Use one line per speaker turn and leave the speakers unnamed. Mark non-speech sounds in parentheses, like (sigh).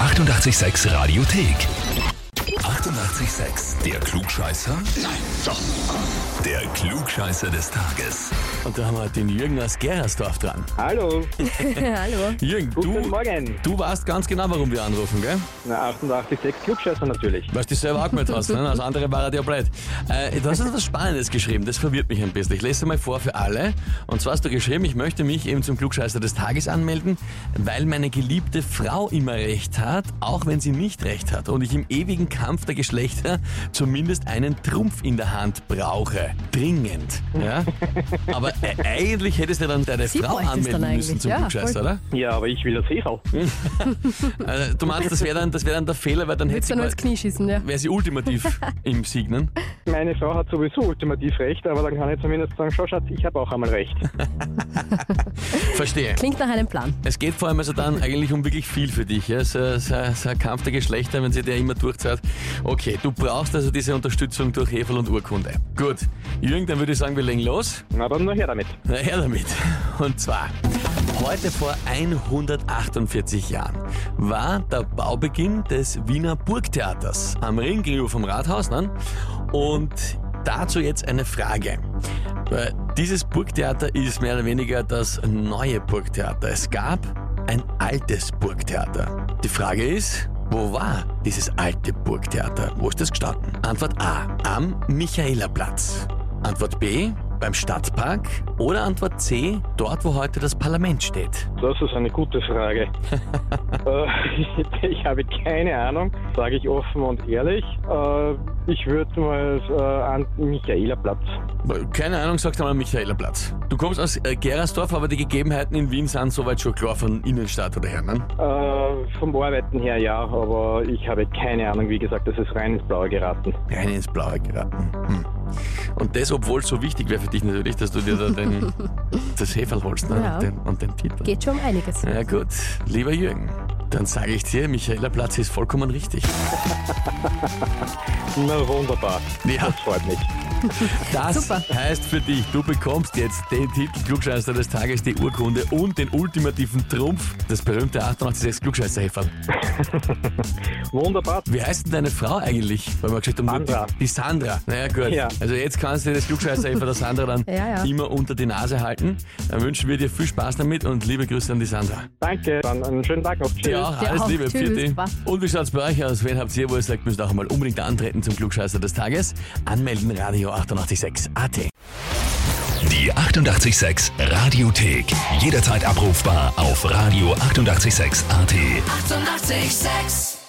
886 Radiothek. 88,6. Der Klugscheißer? Nein, doch. Der Klugscheißer des Tages.
Und da haben wir halt den Jürgen aus Gerasdorf dran.
Hallo,
Hallo.
Jürgen,
guten
du,
Morgen.
du weißt ganz genau, warum wir anrufen, gell?
Na, 88,6 Klugscheißer natürlich.
Weil du dich selber angemeldet hast, ne? Als andere war er dir blöd. Äh, du hast etwas Spannendes geschrieben, das verwirrt mich ein bisschen. Ich lese mal vor für alle. Und zwar hast du geschrieben, ich möchte mich eben zum Klugscheißer des Tages anmelden, weil meine geliebte Frau immer recht hat, auch wenn sie nicht recht hat. Und ich im ewigen Kampf der Geschlechter zumindest einen Trumpf in der Hand brauche. Dringend. Ja? Aber äh, eigentlich hättest du dann deine
Sie
Frau
bräuchte es
anmelden
dann
müssen
eigentlich,
zum
ja,
Klugscheißer,
voll.
oder?
Ja, aber ich will das eh Heferl.
Also, du meinst, das wäre dann, das wär dann der Fehler, weil dann hätte
Willst
sie,
du noch ins
quasi-
Knie schießen, ja?
wäre sie
(laughs)
ultimativ im Signen.
Meine Frau hat sowieso ultimativ recht, aber dann kann ich zumindest sagen, schau Schatz, ich habe auch einmal
(laughs)
recht.
Verstehe.
Klingt nach einem Plan.
Es geht vor allem also dann eigentlich um wirklich viel für dich. Ja? So, so, so ein Kampf der Geschlechter, wenn sie der immer durchzahlt. Okay, du brauchst also diese Unterstützung durch Heferl und Urkunde. Gut. Jürgen, dann würde ich sagen, wir legen los.
Na, dann nur her damit.
Na, her damit. Und zwar, heute vor 148 Jahren war der Baubeginn des Wiener Burgtheaters am Ring gegenüber vom Rathaus. Ne? Und dazu jetzt eine Frage. Äh, Dieses Burgtheater ist mehr oder weniger das neue Burgtheater. Es gab ein altes Burgtheater. Die Frage ist, wo war dieses alte Burgtheater? Wo ist das gestanden? Antwort A. Am Michaelerplatz. Antwort B, beim Stadtpark. Oder Antwort C, dort, wo heute das Parlament steht.
Das ist eine
(laughs)
gute Frage. äh, (laughs) ich habe keine Ahnung, sage ich offen und ehrlich. Äh, ich würde mal äh, an Michaelerplatz.
Keine Ahnung, sagt einmal Michaelerplatz. Du kommst aus äh, Gerasdorf, aber die Gegebenheiten in Wien sind soweit schon klar von Innenstadt oder her, ne?
Äh, vom Arbeiten her ja, aber ich habe keine Ahnung. Wie gesagt, das ist rein ins Blaue geraten.
Rein ins Blaue geraten. Hm. Und das, obwohl es so wichtig wäre für dich natürlich, dass du dir da
(laughs)
den, das Heferl holst ne?
Ja.
und, den, und den Titel.
Geht schon um einiges.
Na gut, lieber Jürgen, dann sage ich dir, Michaelerplatz ist vollkommen richtig.
Na wunderbar.
Ja.
Das freut mich.
Das
Super.
heißt für dich, du bekommst jetzt den Titel Klugscheißer des Tages, die Urkunde und den ultimativen Trumpf, das berühmte 886 klugscheißer -Häferl.
Wunderbar.
Wie heißt denn deine Frau eigentlich? Weil man gesagt haben, nur
Sandra.
Die, die Sandra. Naja, gut.
Ja.
Also jetzt kannst du das klugscheißer der Sandra dann
Ja, ja.
immer unter die Nase halten. Dann wünschen wir dir viel Spaß damit und liebe Grüße an die Sandra.
Danke, dann einen schönen Tag noch. Tschüss.
Ja,
Dir
alles
auch.
Liebe,
Tschüss.
Pfiati.
Baba.
Und wie schaut's bei euch aus? Wen habt ihr, wo ihr sagt, müsst auch mal unbedingt antreten zum Klugscheißer des Tages? Anmelden, Radio 886 AT.
Die 88,6 Radiothek. Jederzeit abrufbar auf radio886.at. 88,6.
Eighty-eight, sex.